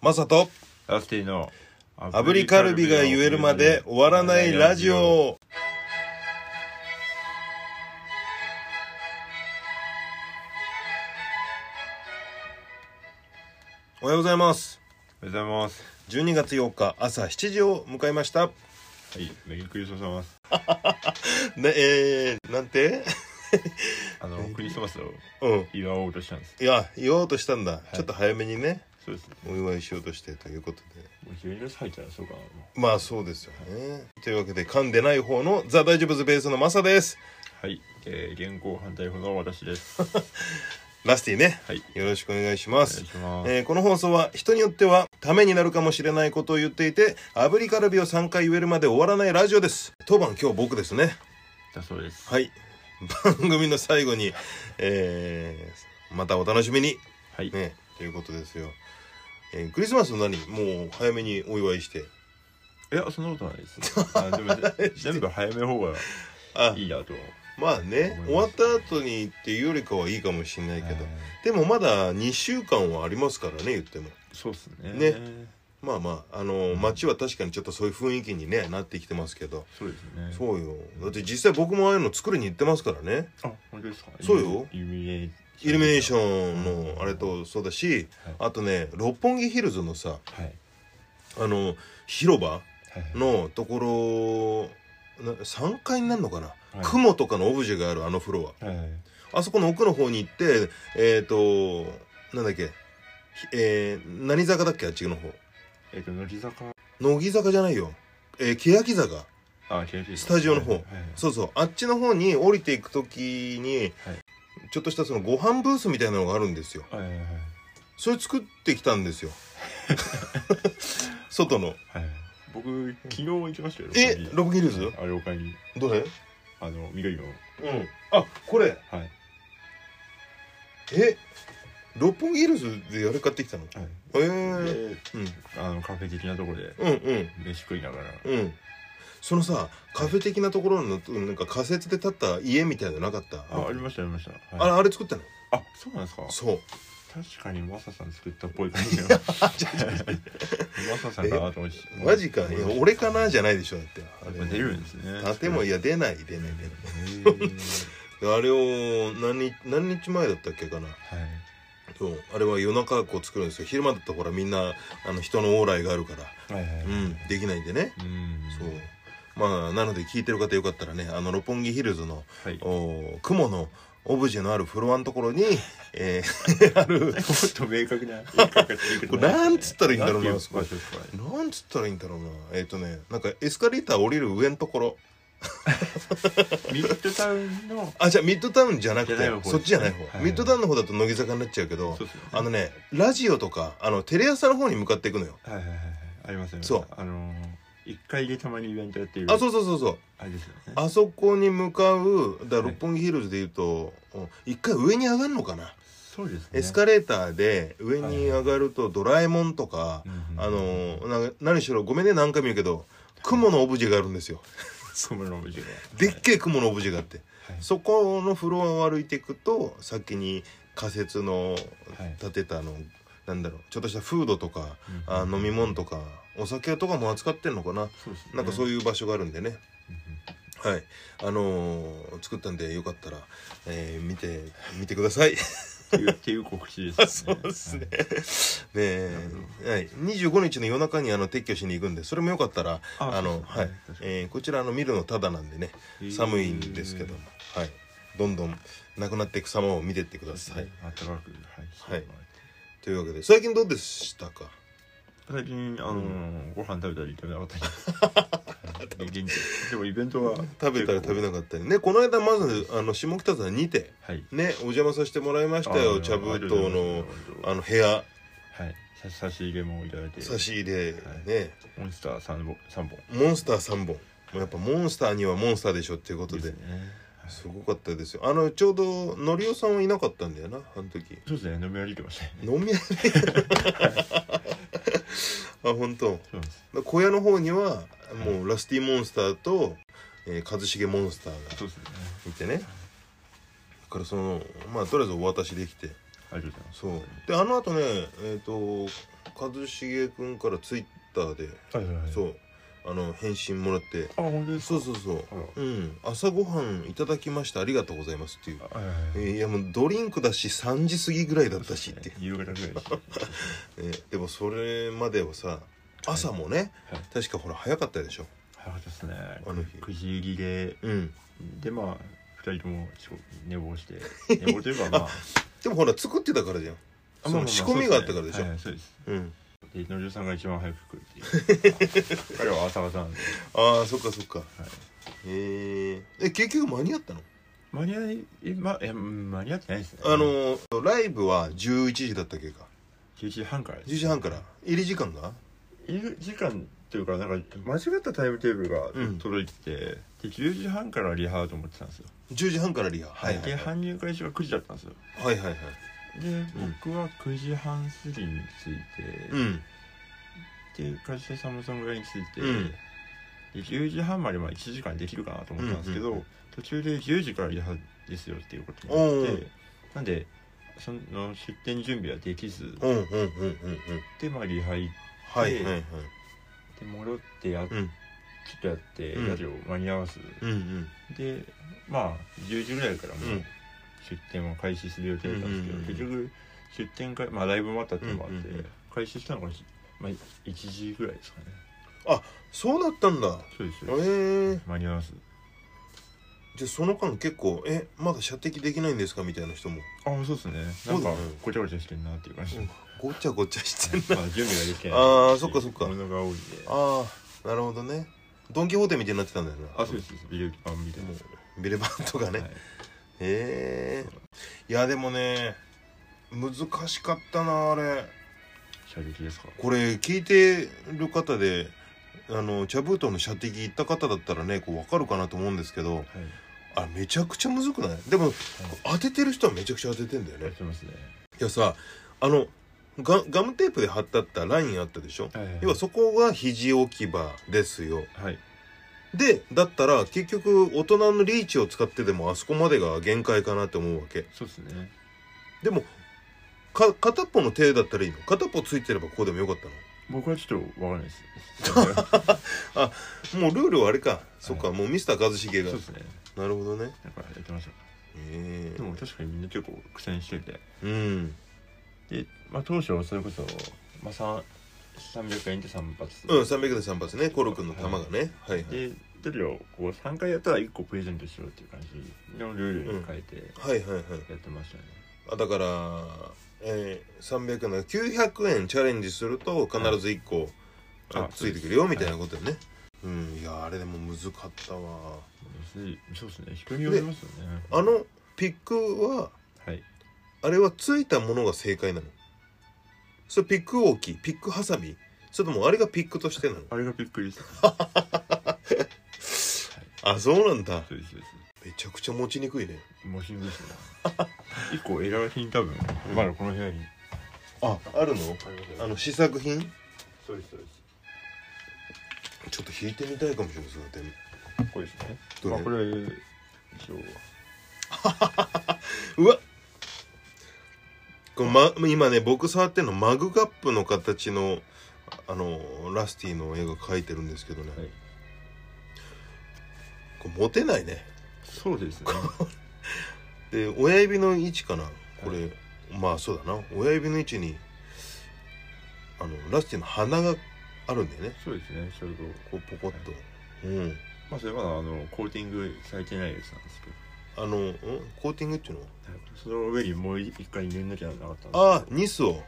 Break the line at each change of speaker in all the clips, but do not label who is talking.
マサと
ラフティの
炙りカルビが言えるまで終わらないラジオおはようございます
おはようございます
12月8日朝7時を迎えました
はいメリークリスマスます
ねえー、なんて
あのクリスマスを
うん
祝おうとしたんです
いや言おうとしたんだ、ちょっと早めにね
そうですね
お祝いしようとしてということで
もう12月入ったらそうかなも
まあそうですよねというわけで噛んでない方のザ・大丈夫ズベースのマサです
うはい、えー、現行反対ほど私です
ラスティね
はい
よろしくお願いしま
お願
す
いします、
えーこの放送は人によってはためになるかもしれないことを言っていて炙りカルビを3回言えるまで終わらないラジオです当番今日僕ですね
だそうです
はい番組の最後に、えーまたお楽しみに
はい、
ねということですよ、えークリスマスの何もう早めにお祝いして
いやそんなことないですあでも全部早めの方が
あ
いいなとは
まあね
思い
終わ
ま
っ
す
た後にっていうよりかはいいかもしれないけど、
はい
でもまだ2週間はありますからね言っても
そうっすね
ねまあまああのー街は確かにちょっとそういう雰囲気にねなってきてますけど
そうですね
そうよだって実際僕もああいうの作りに行ってますからね
あ本当ですか
そうよ
イルミネーション
イルミネーションのあれとそうだし
はい
あとね六本木ヒルズのさ
はい
あの広場
はいはい
のところな3階になるのかな、
はい
雲とかのオブジェがあるあのフロ
はいはい
アあそこの奥の方に行ってえっ、となんだっけひえー、何坂だっけあっちの方
えっ、と乃木坂
乃木坂じゃないよえー、欅坂
あ違う違う
スタジオの方
はいはい
そうそうあっちの方に降りていく時に、
はい
ちょっとしたそのご飯ブースみたいなのがあるんですよ
はいはいはい
それ作ってきたんです よ外の
はい僕昨日行きましたよ
え
六
六本木ヒル
本木
ズ
あれお買いに
どれうん
あの緑の
あこれ
はい
え六本木ヒルズであれ買ってきたの
はい
えー、
で
うん
あのカフェ的なところで
うん
飯食いながら
うんうんそのさカフェ的なところのうんなんか仮設で建った家みたいなのなかった
あありましたありました、
あれ
はい
あれ作ったの
あそうなんですか
そう
確かにマサさん作ったっぽい感じ がマサさんかなと思って
マジかいや俺かなじゃないでしょだって
やっぱ出るんですね
建物いや出ない出ない出な
へー
いあれを何日何日前だったっけかな
はい
そうあれは夜中こう作るんですよ昼間だったらほらみんなあの人の往来があるから
はいはいはい
うんできないんでね
うん
そうまあなので聞いてる方よかったらねあの六本木ヒルズの
はい
お雲のオブジェのあるフロアのところに、えーある
もっと明確な明確な言い
こ
方
れなんつったらいいんだろうな
なんていう場所ですかね
なんつったらいいんだろうなえっ、とねなんかエスカレーター降りる上のところ
ミッドタウンの
あじゃあミッドタウンじゃなく
じ
て
ゃない方ですね
そっちじゃない方、
はい
ミッドタウンの方だと乃木坂になっちゃうけど
そうですよね
あのねラジオとかあのテレ朝の方に向かっていくのよ
はいはいはいはいありますよね
そう
あのー一階でたまにイベントやってる
あそうそうそうそう
あれですよね
あそこに向かうだから
はい
六本木ヒルズでいうと、うん一回上に上がるのかな、
そうですね
エスカレーターで上に上がると「ドラえもん」とか、
うん
あのーな何しろごめんね何回も言うけど雲のオブジェがあるんですよ
小室の部長が
でっけえ雲のオブジェがあって、
はい
そこのフロアを歩いていくと先に仮設の
はい
建てたあの、なんだろうちょっとしたフードとか、
うん
あ飲み物とかお酒とかも扱ってんのかな、
そうですね
なんかそう
う
いう場所があるんでね、はいあのー作ったんでよかったら、えー見て見てくださいね
っていうっていう告知です ね
そうです ね
はい
え、はい、25日の夜中にあの撤去しに行くんでそれもよかったらあ
あ
の
そうで
はい
すね確かに
えーこちらあの見るのただなんでね
へー
寒いんですけども、はい、どんどんなくなっていく様を見てってください。
あったかくはい
はいというわけで最近どうでしたか
最近あのーご飯食べたり食べなかった り元気でもイベントは
食べたり食べ
な
なかったりねこの間まずあの下北沢にて
はい
ねお邪魔させてもらいました
あ
よ
ー
茶封筒の
あ
あの部屋
はいさ差し入れもいただいて
差し入れね
モンスター三本三本
モンスター3本もうやっぱモンスターにはモンスターでしょっていうこと
です
で
ねはい
すごかったですよあのちょうどのりおさんはいなかったんだよなあの時
そうですね飲み歩いてましたね
飲み屋で あ本当
そうです
小屋の方にはもうラスティモンスターと、えー一茂モンスターが
そうですね
いてねだからそのまあとりあえずお渡しできて
ありがとうございます
そうであのあとねえっ、と一茂君からツイッターで、
はいはいはい
そううあの返信もらって
あ本当です
そうそうそう
あら
うん朝ごはんいただきましたありがとうございますっていう
はいはいはい
えーいやもうドリンクだし3時過ぎぐらいだったしって、
夕方ぐらいでした
えーでもそれまではさ朝もね、
はい
確かほら早かったでしょ
早かったですね
あの日
9時切れ
うん
でまあ二人ともちょ寝坊 して寝坊というかまあ
でもほら作ってたからじゃん
あまあまあま
その
あ
仕込みがあったからでしょ
はいはいそうです
うん
でのりおさんが一番早く来る っていう彼は朝方なんで
ああそっかそっか、えーえ結局間に合ったの
間に合いえ、ま、え間に合ってないですね
あのーライブは11時だったっけか
11時半から
10時半から入り時間が
入り時間っていうかなんか間違ったタイムテーブルが
うん
届いてて、で10時半からリハだと思ってたんですよ、
10時半からリハはいはい
で
はい
搬入開始が9時だったんですよ
はいはいはい
で
ん
僕は9時半過ぎに着いて、
うん
で会社さんもそのぐらいに着いて、
うん
で10時半までまあ1時間できるかなと思ったんですけど、
うんうん
途中で10時からリハですよっていうことになっ
おう
てなんでその出店準備はできず
うんうんうんうんうん
でまあリハ行っ
はいはいはい
て戻ってやっ
うん
ちょっとやって
うん
ラジオ間に合わず、
うんうん
でまあ10時ぐらいからも
うん
う出店を開始する予定だったんですけど、
うんうんうん
結局出店会まあライブもあったっていうのもあって、
うんうんうん
開始したのが、まあ、1時ぐらいですかね
そうだったんだ
そうです
え
よ
ー、
間に合わず
じゃあその間結構「えまだ射的できないんですか?」みたいな人も
あそうですね
そ
な
うんだ
か
ね
ごちゃごちゃしてんなっていう感じ、
うんごちゃごちゃしてんな
まあ準備ができてない
あーそっかそっか
ものが多いんであ
ああなるほどねドン・キホーテみたいになってたんだよな
そうですそうですビデオ版みたいな
もうビレバンとかね、
はい
へえいやでもね難しかったなあれ
射撃ですか
これ聞いてる方であの茶封筒の射的行った方だったらねこう分かるかなと思うんですけど
はい
あめちゃくちゃむずくないでも当ててる人はめちゃくちゃ当ててんだよ
やっ
ね
てますね
いやさあのガガムテープで貼ってあったラインあったでしょ
はいはい
要はそこが肘置き場ですよ
はい
でだったら結局大人のリーチを使ってでもあそこまでが限界かなって思うわけ
そうですね
でもか片っぽの手だったらいいの片っぽついてればここでもよかった
僕はちょっとわかんないです そ
のもうルールはあれか、そっかもうミスター一茂が
うですね
なるほどね
なんかやってました
ええ
でも確かにみんな結構苦戦してて
うん
で、まあ、当初はそれこそ、まあ、さん300円で3発、
うん300で3発ねコロ君の球がねはいはい
でどれをこう3回やったら1個プレゼントしろっていう感じのルールに変えて
はいはいはい
やってましたね、
あだから、えー、300の900円チャレンジすると必ず1個、あ
あ
ついてくるよみたいなことよね、うんいやあれでも難かったわ
そうですね人によりますよね
あのピックは
はい
あれはついたものが正解なのそれピック置きピックハサミそれともあれがピックとしてなの
あれがびっくりした
あそうなんだ
そうですそうで
めちゃくちゃ持ちにくいね
すもうしんどいですね 一個エラー品多分まだこの部屋に
ああるの
あります
あの試作品
そうですそうです
ちょっと引いてみたいかもしれないそれで
これですね
どれ
まあこれ一応
うわこれ、ま、今ね僕触ってるのマグカップの形のあのラスティの絵が描いてるんですけどね、
はい
これ持てないね
そうです ね
で親指の位置かなこれ、
は
まあそうだな親指の位置にあのラスティの鼻があるんだよね
そうですねちょうど
こうポコッと、うん
まあそれまだあのコーティングされてないやつなんですけど
あのんコーティングっていうの
その上にもう一回入れなきゃならなかったんですけど
ああニスを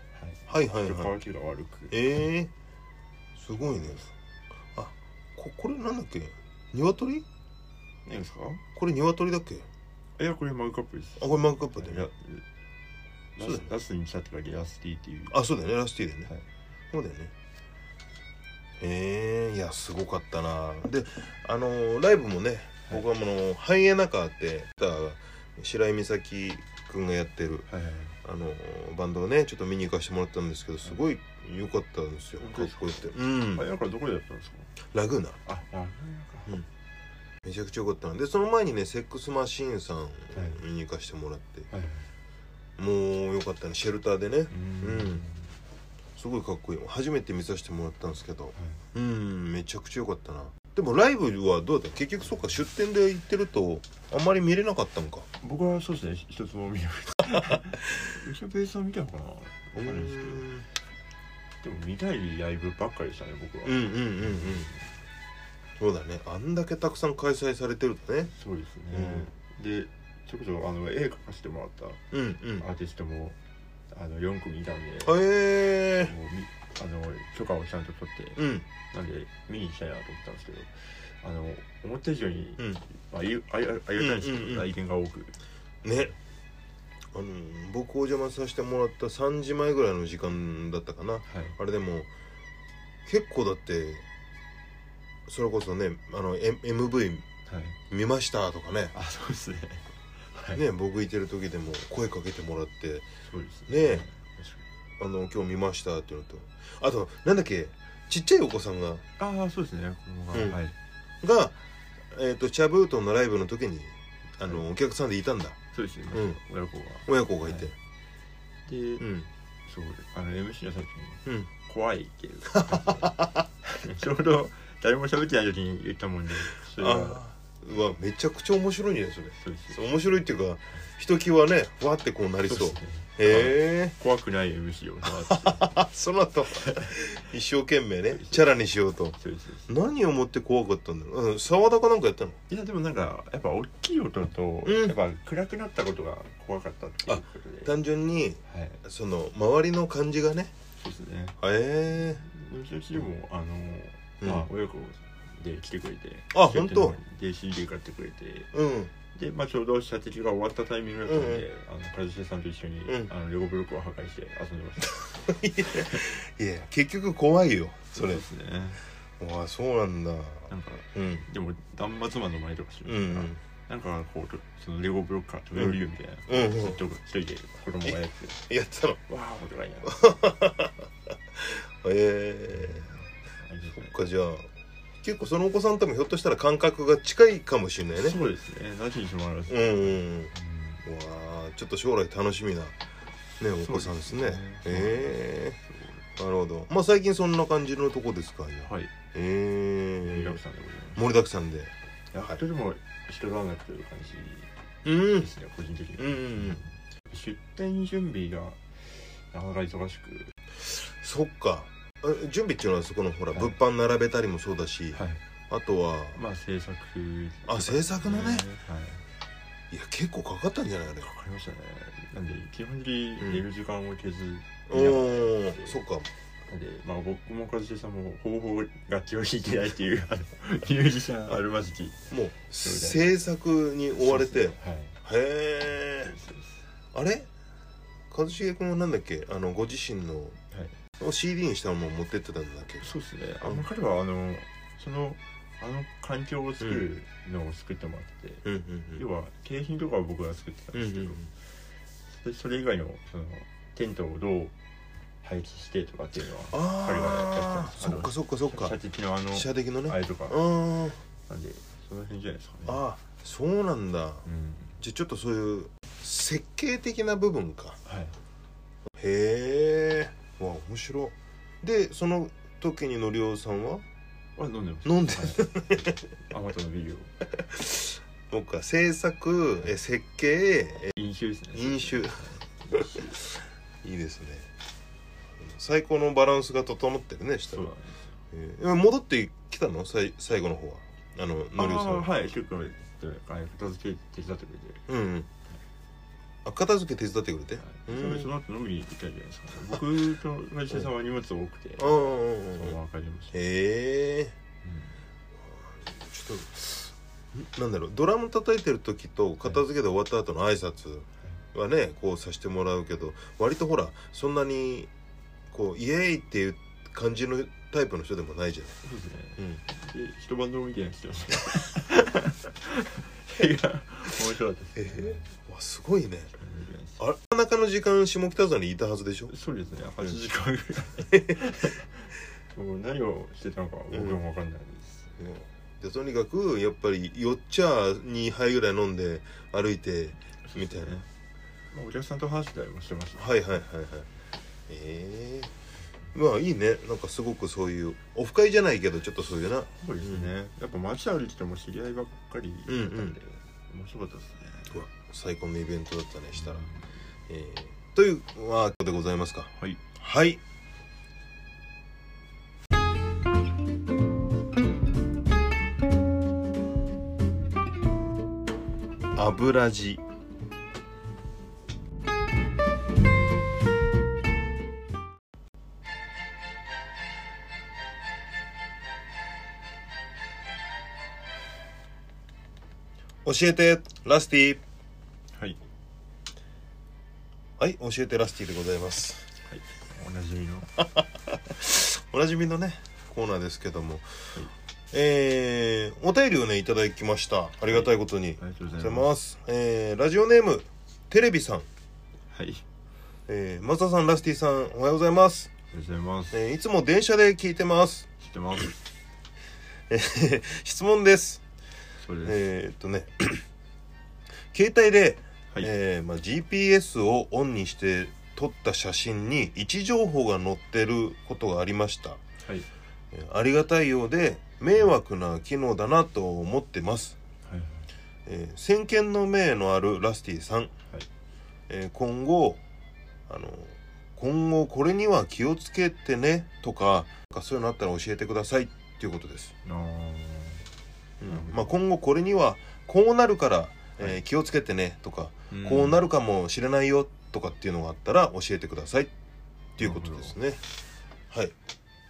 はい
はいはいはい
乾きが悪く
ええすごいねあここれなんだっけ鶏
何ですか
これ鶏だっけ
いやこれマグカップです
あこれマグカップだ
い
よ
や
ね
ラ
そう
ス
だね
ラスにしたってだけラスティっていう
あそうだよねラスティだよね、
はい
そうだよねええいやすごかったなであのーライブもね
はい
僕はもうハイエナカーって白井美咲くんがやってる
はいはいはい
あのーバンドをねちょっと見に行かせてもらったんですけどすごい良かったんですよ
本
か
当
っ
ですか
こよくてうん
あやからどこでやったんですか
ラグーナ
ああなんか
めちゃくちゃ良かったのでその前にねセックスマシーンさん見に行かせてもらって、
はいはい
もう良かったねシェルターでね
うー
うん
ん
そすごいかっこいい初めて見させてもらったんですけどうんめちゃくちゃ良かったなでもライブはどうだった結局そうか出店で行ってるとあんまり見れなかったのか
僕はそうですね一つも見なく てうちのベースは見たのかなわかんないですけどでも見たいライブばっかりでしたね僕は、
うんうんうんうんそうだねあんだけたくさん開催されてるとね
そうですね、でちょこちょこあの絵描かせてもらった
うんうん
アーティストもあの4組いたんで、
へえ
もうみあの許可をちゃんと取って
うん
なんで見に行きたいなと思ったんですけどあの思った以上に、
うん
まあ、ゆあゆありがたいんですけど、
うんうんうん
来店が多く
ねあの僕お邪魔させてもらった3時前ぐらいの時間だったかな
はい
あれでも結構だってそれこそねあの、M、MV
はい
見ましたとかね
あそうですねはい
ね僕いてる時でも声かけてもらって
そうです
ね「あの今日見ました」っていうのとあとなんだっけちっちゃいお子さんが
確かにああそうですねここが、
うん
はい
が、えー、とチャブートンのライブの時にあのお客さんでいたんだ
そうですね、
うん
親子が
親子がいて、
はで、
うん
そうあの MC の先に
うん
「怖い」っていう感じで ちょうど誰も喋ってない時に言ったもんでそれが
あーうわめちゃくちゃ面白いねそれ
そうです
面白いっていうかひときわねわってこうなりそう
そうですね
へえ
怖くない MC を回って
あその 後一生懸命ねチャラにしようと
そうですそうです
何をもって怖かったんだろううん沢田かなんかやったの
いやでもなんかやっぱ大きい音と、
うん
やっぱ暗くなったことが怖かったっていうことで
単純に
はい
その周りの感じがね
そうですね
へえ
うちのチームもあの、
うん
まあ親子で来てくれて
あ本当
で CD 買ってくれて
うん
で、まあ、ちょうど射的が終わったタイミングだったんで、
う
あの一茂さんと一緒に、
うん
あのレゴブロックを破壊して遊んでました
いや結局怖いよそれ
うですね
ああそうなんだ
なんか
うん
でも断末魔の前とかして
う
る
んうん
なんかこうそのレゴブロックから飛べるよみたいな、
うんうん
ずっと一人で子供がやって
やったのへ
てわあ驚いな
え
ありがたい
そっかじゃあ結構そのお子さんともひょっとしたら感覚が近いかもしれないね
そうですね。なしにしてもらいます。
うんうんうんうわあちょっと将来楽しみなねお子さんですね
そ
へ
うですね
えなるほどまあ最近そんな感じのとこですかじゃあ
はい。
へ
盛りだ
え
くさんでございま。
盛りだくさんです
やっとでも人がなくという感じ
うんう
で
ん
すね、個人的
う
に。
んうん
出店準備がなかなか忙しく。
そっかあ準備っていうのはそこのほら、
はい
物販並べたりもそうだし、
はい。
あとは、
まあ制作。
あ制作のね
はい。
いや結構かかったんじゃないあれ
わかりましたね。なんで基本的に寝る時間を削り
お
ながら
おそっか
なんで、まあ僕も一茂さんもほぼほぼ楽器を弾いてないっ ていう、あのミュージシャンあるまじき。
もう
そうだ
制作に追われて
は
へ
い。そう
え
ですそうです
あれ一茂君はなんだっけあのご自身の
はい。
を CD にしたのも持ってってたんだっけ
そうですね。あ
うん
の彼はあのそのあの環境を作るのを作ってもらって、
うんうん
要は景品とかは僕が作ってたん
うんう
で
んうん
すけど、でそれ以外のそのテントをどう配置してとかっていうのは
ああ
彼
そ
が
っ
やってたんで
か
す
そっかそっか
射的のあの
射的の
あ
ね
れとか
うん
なんでその辺じゃないですかね。
あそうなんだ
うん
じゃあちょっとそういう設計的な部分か
はい。
へえわ面白いでその時にのりおさんは
は飲んでます。
飲んで
はい。あまたのビールを
僕は制作え設計え
飲酒ですね。
飲酒
飲酒
いいですね最高のバランスが整ってるね下
そう
が
なんですよ。
えー戻ってきたの最最後の方はあののりおさんは
ああはい。結構はい片付け手伝ってくれて。
うんうんあ片付け手伝ってくれて、
はい
うん
その後飲みに行ったじゃないですか、僕と町田さんは荷物多くて、
うんうんうんうんへ
分かりました、
えちょっとんなんだろうドラム叩いてる時と片付けで終わった後の挨拶はねこうさせてもらうけど割とほらそんなにこうイエーイっていう感じのタイプの人でもないじゃない
そうですね
うん
で一晩飲みたいな人 ですねいや面白かったです、
えー、わすごいねあれなかなかの時間下北沢にいたはずでしょ
そうですね8時間ぐ らいもう何をしてたのか僕も分かんないで
で
す、
とにかくやっぱり4茶2杯ぐらい飲んで歩いてみたいな、
まあ、お客さんと話したりもしてました、
はいはいはいはいええまあいいねなんかすごくそういうオフ会じゃないけどちょっとそういうな
そうですね、やっぱ街歩いてても知り合いばっかりだったんで、面白かったですね
うわ最高のイベントだったねしたら、えーというわけでございますか
はい
はい油地教えてラスティ
はい、
はい教えてラスティでございます
はい、おなじみの
おなじみのねコーナーですけども、えーお便りをねいただきましたありがたいことに、
ありがとう
あり
ござ
がと
いうま
ございます、えーラジオネームテレビさん、
すはいあり
えー、マサさんラスティさんおはようございます、
がとうございます
えーいつも電車で聞いてます、
知ってます
えー質問です
それです、
えーっとね 携帯で、
はい、
えーまあ、GPS をオンにして撮った写真に位置情報が載ってることがありました
はい
えーありがたいようで迷惑な機能だなと思ってます、
はい
えー先見の明のあるラスティさん、えー今後あの今後これには気をつけてねとかなんかそういうのあったら教えてくださいっていうことです、
あ
うんまあ、今後これにはこうなるから、えー気をつけてねとか、
ー
こうなるかもしれないよとかっていうのがあったら教えてくださいっていうことですねはい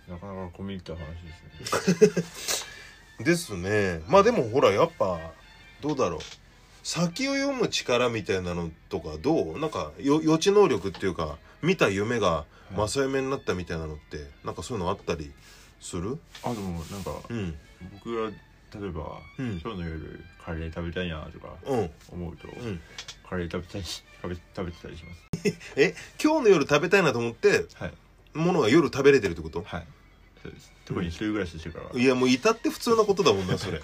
なかなか込み入った話ですね
ですねまあでもほらやっぱどうだろう先を読む力みたいなのとかどうなんかよ予知能力っていうか見た夢が正夢になったみたいなのってなんかそういうのあったりする
あでもなんか
うん
僕が例えば、
うん
今日の夜カレー食べたいなとか
うん
思うと、
うん
カレー食べたりし 食べ食べてたりします
え今日の夜食べたいなと思って
はい
ものが夜食べれてるってこと
はいそうです特に一人暮らししてからは、
いやもう至って普通なことだもんな それ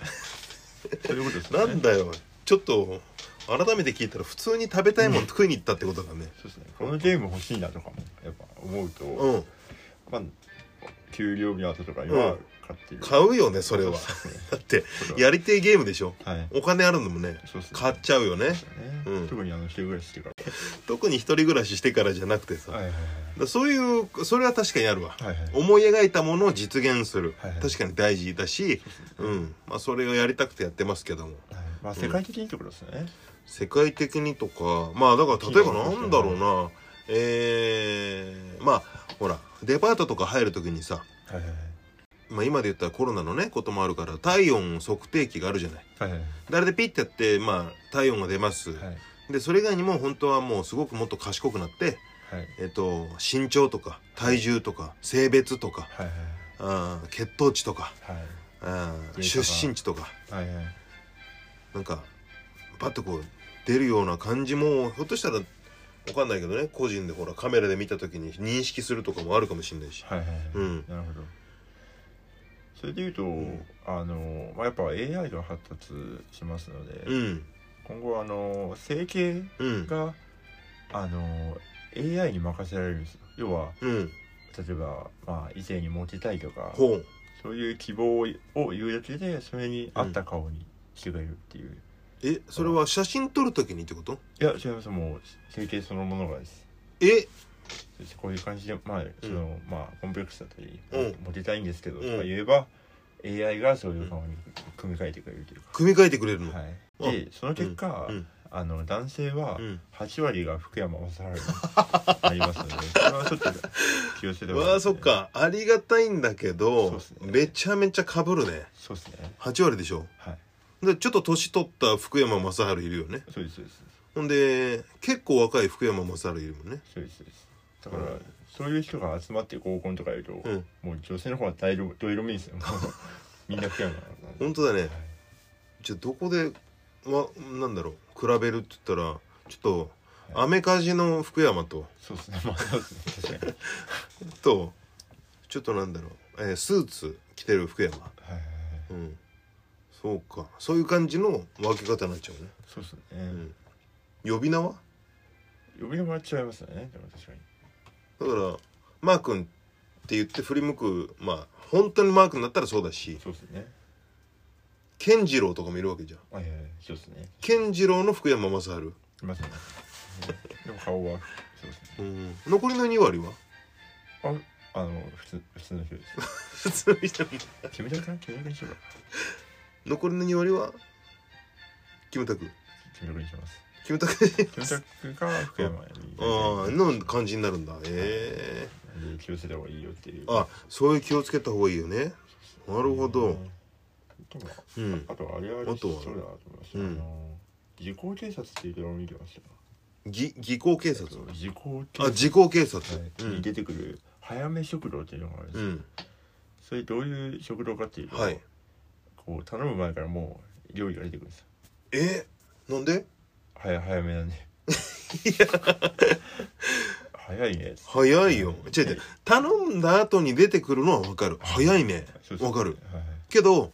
そういうことですね
なんだよちょっと改めて聞いたら普通に食べたいもん食いに行ったってことだね
そうですねこのゲーム欲しいなとかもやっぱ思うと、
うん
まあ給料日の後とかには
うん
買ってる、
買うよねそれは
そうですね
だって
それは
やりてえゲームでしょ
はい
お金あるのもね
そうですね
買っちゃうよね
ね
うん
特にあの一人暮らししてから
特に一人暮らししてからじゃなくてさ、
はいはい
だそういうそれは確かにあるわ、
はいはい
思い描いたものを実現する、
はいはい
確かに大事だしう、んまあ、それをやりたくてやってますけども
はいまあ世界的にってことですね、
世界的にとかまあだから例えばなんだろうなえー、まあほらデパートとか入る時にさ、
はいはい
まあ、今で言ったらコロナのねこともあるから体温測定器があるじゃない
はいはい
誰でピッてやって、まあ、体温が出ます、
はい
でそれ以外にも本当はもうすごくもっと賢くなって
はい
えっと、身長とか体重とか性別とか
はい
あー血糖値とか
はいはい
あー
データ
出
が
身地とか
はいはい
なんかパッとこう出るような感じもひょっとしたら分かんないけどね個人でほらカメラで見た時に認識するとかもあるかもしれないし。
はいはいはい、
うん
なるほどそれでいうと、
ん
あの、まあ、やっぱ AI が発達しますので、
うん
今後あの整形
うん
があの AI に任せられるんですよ要は
うん
例えば、まあ、異性にモテたいとか
ほう
そういう希望を言うだけでそれに合った顔にしてくれるっていう、
えそれは写真撮る時にってこと
いや違いますもう整形そのものがです
え
そしてこういう感じで、まあそのまあ、コンプレックスだったり、
うん
モテたいんですけど、
うん
とか言えば AI がそういう顔に組み替えてくれるというか、
組み替えてくれるの、
はい、でその結果、
うん
あの男性は
うん
8割が福山雅治になりますの でそれはちょっと気をつけて
う
ほしい
わあそっかありがたいんだけ
そう
ど
っす、ね
めちゃめちゃかぶるね
そうですね
8割でしょ
はい
でちょっと年取った福山雅治いるよね
そうですそうです
ほんで結構若い福山雅治いるもんね
そうですそうですだから、そういう人が集まって合コンとかやると、
うん
もう女性の方は大色ど色目 ですよもうみんな福山
本当だね
はい
じゃあどこでわなんだろう比べるって言ったらちょっとアメカジの福山と
そうですねまあそうですね確かに
とちょっとなんだろう、えースーツ着てる福山
はいはいはい
うんそうかそういう感じの分け方になっちゃうね
そうですね、
ん呼び名は
呼び名もらっちゃいますよねでも確かに
だからマー君って言って振り向くまあ本当にマークになったらそうだし
そうですね
健次郎とかもいるわけじゃん
はいはいはいそうですね
健次郎の福山雅治
いますよねうんでも顔はそうですね
うん残りの2割は
あの普通普通の人です
普通の人
キムタクさんキムタクにしようか
残りの2割はキムタク
キムタクにします
キム タク
キムタクか福山に
ああの感じになるんだええ
で気をつけた方がいいよっていう
あそういう気をつけた方がいいよねなるほど
でも
うん
あとあれは
あとは
そうだなと思います
うん
あの時効警察っていうドラマ見てましたよ
ぎ技巧警察
時効警
あ
察
時効警察う
に
ん
出てくる早め食堂っていうのがあるんです
う
よ
ん
それどういう食堂かっていうと、
はい
こう頼む前からもう料理が出てくるんですよ
えなんで
早早めな んで早いね
早いよ違う違う頼んだ後に出てくるのは分かる早いね
そうそう
分かる
はいはい
けど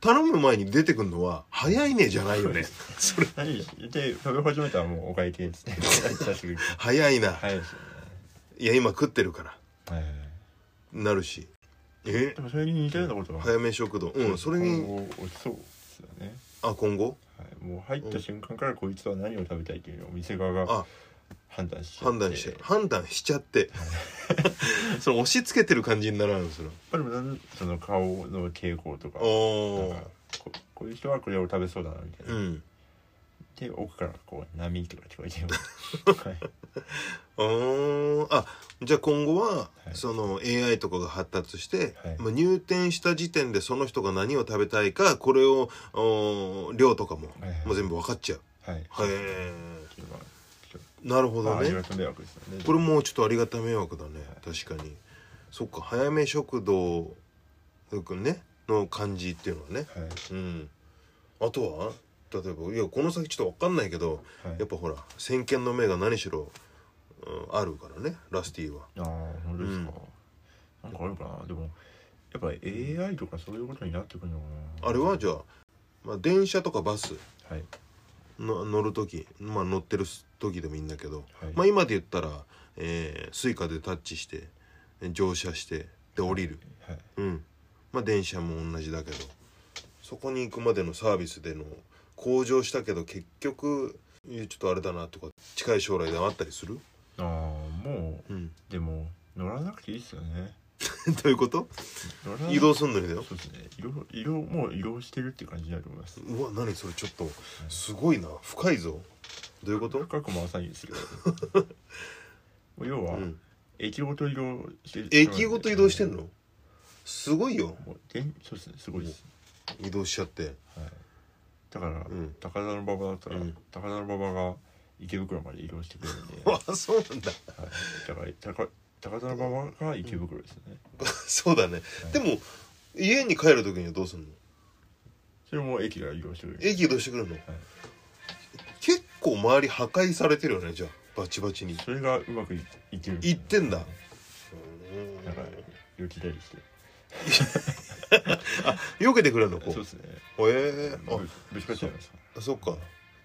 頼む前に出てくるのは早いねじゃないよね それ
何で食べ始めたらもうお会計です ね久しぶり
早いな
早いですよ
いや今食ってるから
ね、はいはいはい、
なるしえ
でもそれに似たようなことが
早め食堂うんそれに
今後起きそうですよね、
あ今後
はい、もう入った瞬間からこいつは何を食べたいっていうのをお店側が
あ
判断して
判断して判断しちゃって その押し付けてる感じにならんのそれ
やっぱりなんその顔の傾向とか
お
なん
ー
かここういう人はこれを食べそうだなみたいうな、
ん
で奥からこう波とか聞こえ てる、はい、
うーんあじゃあ今後は、
はい
その AI とかが発達して、
はい
まあ、入店した時点でその人が何を食べたいかこれをおー量とかも、
はいはい
もう全部分かっちゃう
は
へ
いい
え
ちょっ
なるほ
とま
ど
ああり
ね
がた迷惑ですよね
これもちょっとありがた迷惑だね確かにそっか早め食堂ねの感じっていうのはね
はい
うんあとは例えばいやこの先ちょっと分かんないけど
はい
やっぱほら先見の明が何しろ、うんあるからねラスティは
ああ本当ですか、なんかあるかなでもやっぱ AI とかそういうことになってくるのかな
あれはじゃあ、まあ、電車とかバス
はい
の乗る時、まあ、乗ってる時でもいいんだけど、
はい
まあ、今で言ったら、えー、スイカでタッチして乗車してで降りる、
はい
うんまあ、電車も同じだけどそこに行くまでのサービスでの向上したけど結局えーちょっとあれだなとか近い将来ではあったりする、
ああも
うん
うでも乗らなくていいですよね
どういうこと
乗らな
移動すんのにだよ
そうですね移動移動もう移動してるって感じだと思います
うわ何それちょっとすごいな深いぞどういうこと
深くも浅いん ですけどもう要は、
うん
駅ごと移動してる
駅ごと移動してんのすごいよ
もうでんそうですねすごいです、
移動しちゃって
はい、だから、
ん
高田の馬場だったら、
うん
高田の馬場が池袋まで移動してくれるんで、はい、
あそうなんだ
だから高高田の馬場が池袋ですね、
そうだねでも家に帰る時にはどうすんの
それも駅が移動してくれる
駅移動してくるの結構周り破壊されてるよねじゃあバチバチに
それがうまくいいってる
行ってんだ
だからよきたりして
避けてくれるのこ
そう
う
ですね
ええ
ぶぶつかっちゃいます
あそっかっ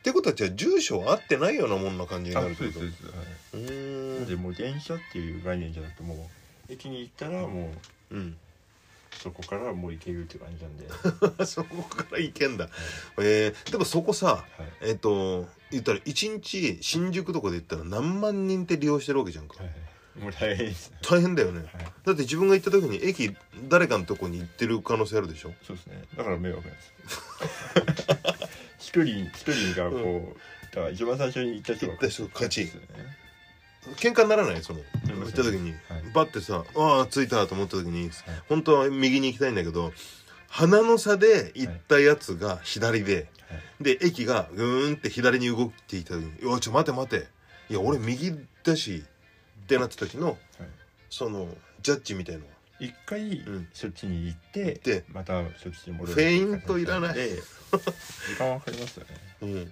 てことはじゃあ住所合ってないようなもんな感じに
あ
な
そう
るけ
ですそう
ど
です、はい
うん
でもう電車っていう概念じゃなくてもう駅に行ったらもう
うん
そこからもう行けるって感じなん で、はい、
そこから行けんだ、えーでもそこさえっ、と言ったら一日新宿とかで言ったら何万人って利用してるわけじゃんか、
はい、もう大変です、
大変だよね
はい、
だって自分が行った時に駅誰かのとこに行ってる可能性あるでしょ
そうですねだから迷惑なんです 一人一人がこう、だから一番最初に行った人が
行った人勝ち
ですよね
喧嘩にならないその
なり
行
ま
っ
す
た時に、
はい
バッてさ「ああ着いた」と思った時に、本当は右に行きたいんだけど鼻の差で行ったやつが左で、
はい
で駅がぐーんって左に動いていた時に「おいちょ待て待て」いや俺右だしってなった時の
はい
そのジャッジみたいのが
一回
うん
そっちに行って、
て
またそっちに戻る
フェイントいらない
で時間はかかりますよね
うんへ
だっ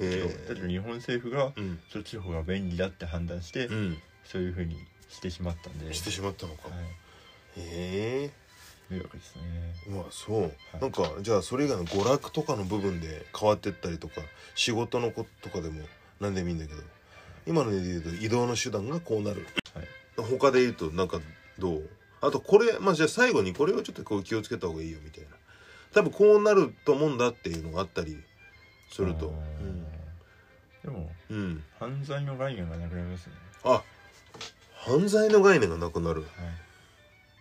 え
て日本政府が
うん
そっちの方が便利だって判断して、
うん
そういうふうにしてしまったんで
してしまったのか
はい
へ
迷惑ですね
えまあそう
はい
なんかじゃあそれ以外の娯楽とかの部分で変わってったりとか仕事のこととかでも何でもいいんだけど今ので言うと移動の手段がこうなる
はい
他で言うとなんかどうあとこれまあじゃあ最後にこれをちょっとこう気をつけた方がいいよみたいな多分こうなると思うんだっていうのがあったりすると
でも
うん、うん、
犯罪の概念がなくなりますね
あ犯罪の概念がなくなる
は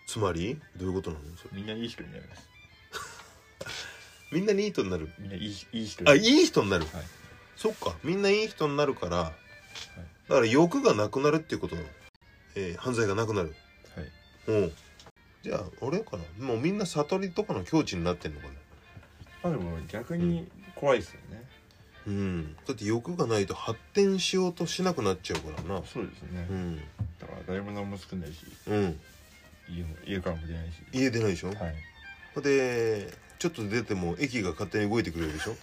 つまりどういうことなのそれ
いみんないい人になります
みんなにいい人になる
みんないいいい人に
あいい人になる、
はい
そっかみんないい人になるから、だから欲がなくなるっていうことなの、えー犯罪がなくなる
はい
うんじゃあ俺かなもうみんな悟りとかの境地になってんのかな
まあでも逆に怖いですよね、
うんだって欲がないと発展しようとしなくなっちゃうからな
そうですね
うん
だから誰も何も作んないし
うん
家も家からも出ないし
家出ないでしょ、
はい
でちょっと出ても駅が勝手に動いてくれるでしょ、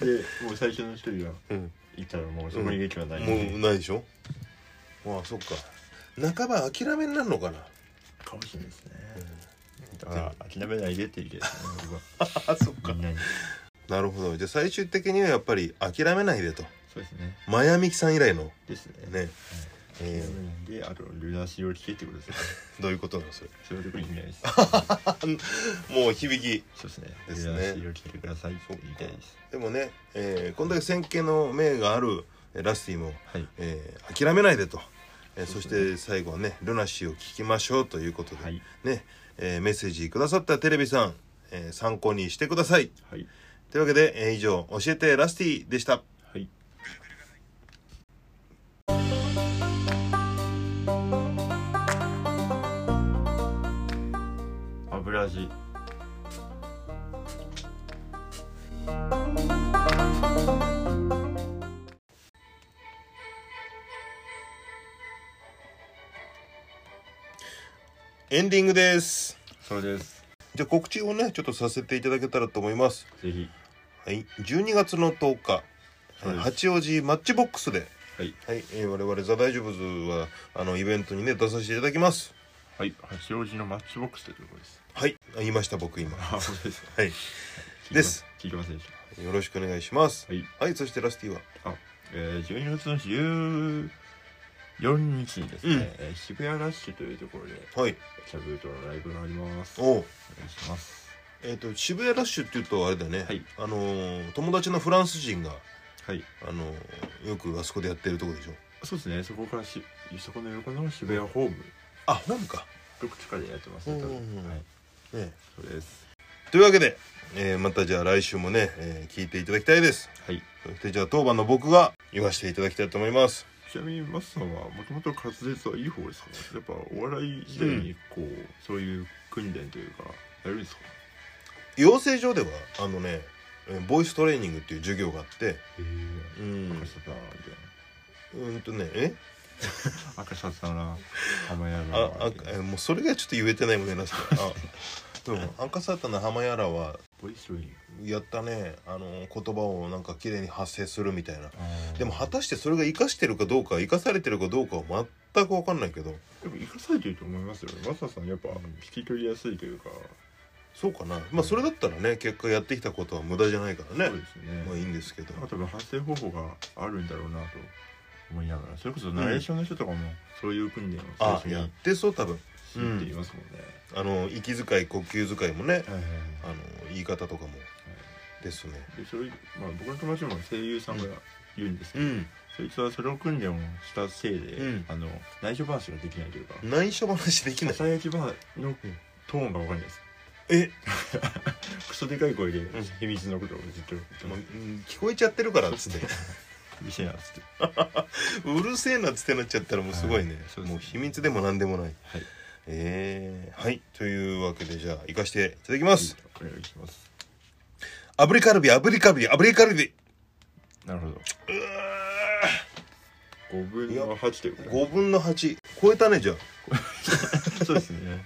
でもう最初の一人が
うん、
いたらもうそこに劇はないんで、
もうないでしょまあそっか半ば諦めになるのかな
かもしれないですね、だから諦めないでって言ってですね僕は
あそっ
みんなに
なるほどじゃあ最終的にはやっぱり諦めないでと
そうですね
マヤミキさん以来の
ですね
ね、え
であとルナシーを聞けってこと ですね
ーどういうことなのそれ
そういうとこに意味ないです
もう響き
そうですね
ですね
ルナシーを聞いてくださいって言いたいです
でもね、えーこんだけ先見の明があるえーラスティも、
はい
えー諦めないでと、えー
そ
そうし
ですね
て最後はね「ルナシーを聞きましょう」ということで、
はい
ねえーメッセージくださったテレビさん、えー参考にしてください
はい
というわけで、えー以上「教えてラスティ」でした
はい油味
エンディングです
それです
じゃあ告知をねちょっとさせていただけたらと思います
ぜひ
はい、12月の10日、えー
はい
八王子マッチボックスで、
はい
えー我々ザ・大丈夫ズはあのイベントにね出させていただきます
はい八王子のマッチボックスというところです
はいあ言いました僕今
あそう です
はいです
聞いてませんでし
よろしくお願いします
たはい
はいそしてラスティは
えー、12月の14日にですね、
うん
えー渋谷ラッシュというところで
はい
キャブートのライブがありますお願
おう
いします
えっ、と渋谷ラッシュっていうとあれだね、
はい
あのー友達のフランス人が
はい
あのーよくあそこでやってるとこでしょ
そうですねそこからしそこの横の渋谷ホーム
あホームか
どこかでやってますね多
うんうんう
分
ん
はい
ね
そうです
というわけで、えーまたじゃあ来週もね、えー聞いていただきたいです
はい
そしてじゃあ当番の僕が言わせていただきたいと思います
ちなみにマスさんはもともと滑舌はいい方ですかねやっぱお笑い時代にこう、そういう訓練というかやるんですか
養成所ではあのねえーボイストレーニングっていう授業があって
へえ
うん
赤坂みたいな
うんとねえ
赤坂な浜屋
あ
の
あえーもうそれがちょっと言えてないもんねラストあ でも赤サータの浜やらは
ボイストレーニング
やったねあの言葉をなんか綺麗に発声するみたいな
あー
でも果たしてそれが生かしてるかどうか生かされてるかどうかは全く分かんないけど
でも生かされてると思いますよマサさんやっぱ聞き取りやすいというか、
そうかなまあそれだったらね結果やってきたことは無駄じゃないから
そう
ね
ですね、
まあいいんですけど
まあ多分発声方法があるんだろうなと思いながらそれこそナレーションの人とかもそういう訓練を
あ
最
や
初
っ
に
てそう多分
するって言いますもんね、
あの息遣い呼吸遣いもね
はいはいはい
あの言い方とかもですね
でそういう、まあ、僕の友達も声優さんが言うんですけ
う
ど、
ん
そいつはそれを訓練をしたせいで、
うん
あの内緒話ができないというか
内緒話できない
ささやき場のトーンが分かんないです
え、
クソでかい声で
ん
秘密のことをずっと言って
ま
ま
う
す
ん聞こえちゃってるからっつって
うるせえなっつって
うるせえなっつってなっちゃったらもうすごいね、
はいそうですね
もう秘密でも何でもない
はい
えー、はいというわけでじゃあ行かしていただきます、
お願いします
炙りカルビ炙りカルビ炙りカルビ
なるほど5分の8ということ
5分の8超えたねじゃあ、
でそうですね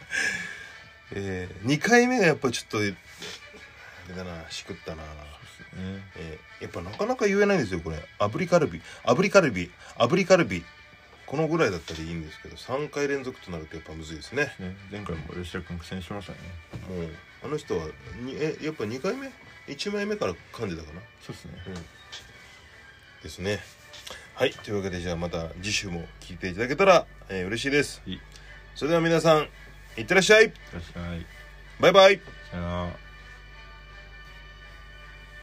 えー、2回目がやっぱちょっとあれだなしくったな、
ね
えーやっぱなかなか言えないんですよこれ炙りカルビ炙りカルビ炙りカルビこのぐらいだったらいいんですけど3回連続となるとやっぱむずいですね
ね前回も吉田君苦戦しましたね
もうあの人はにえやっぱ2回目1枚目から噛んでたかな
そうですね
ですねはいというわけでじゃあまた次週も聞いていただけたら、えー嬉しいです
はい
それでは皆さんいってらっしゃい
確かに
バイバイ
さよなら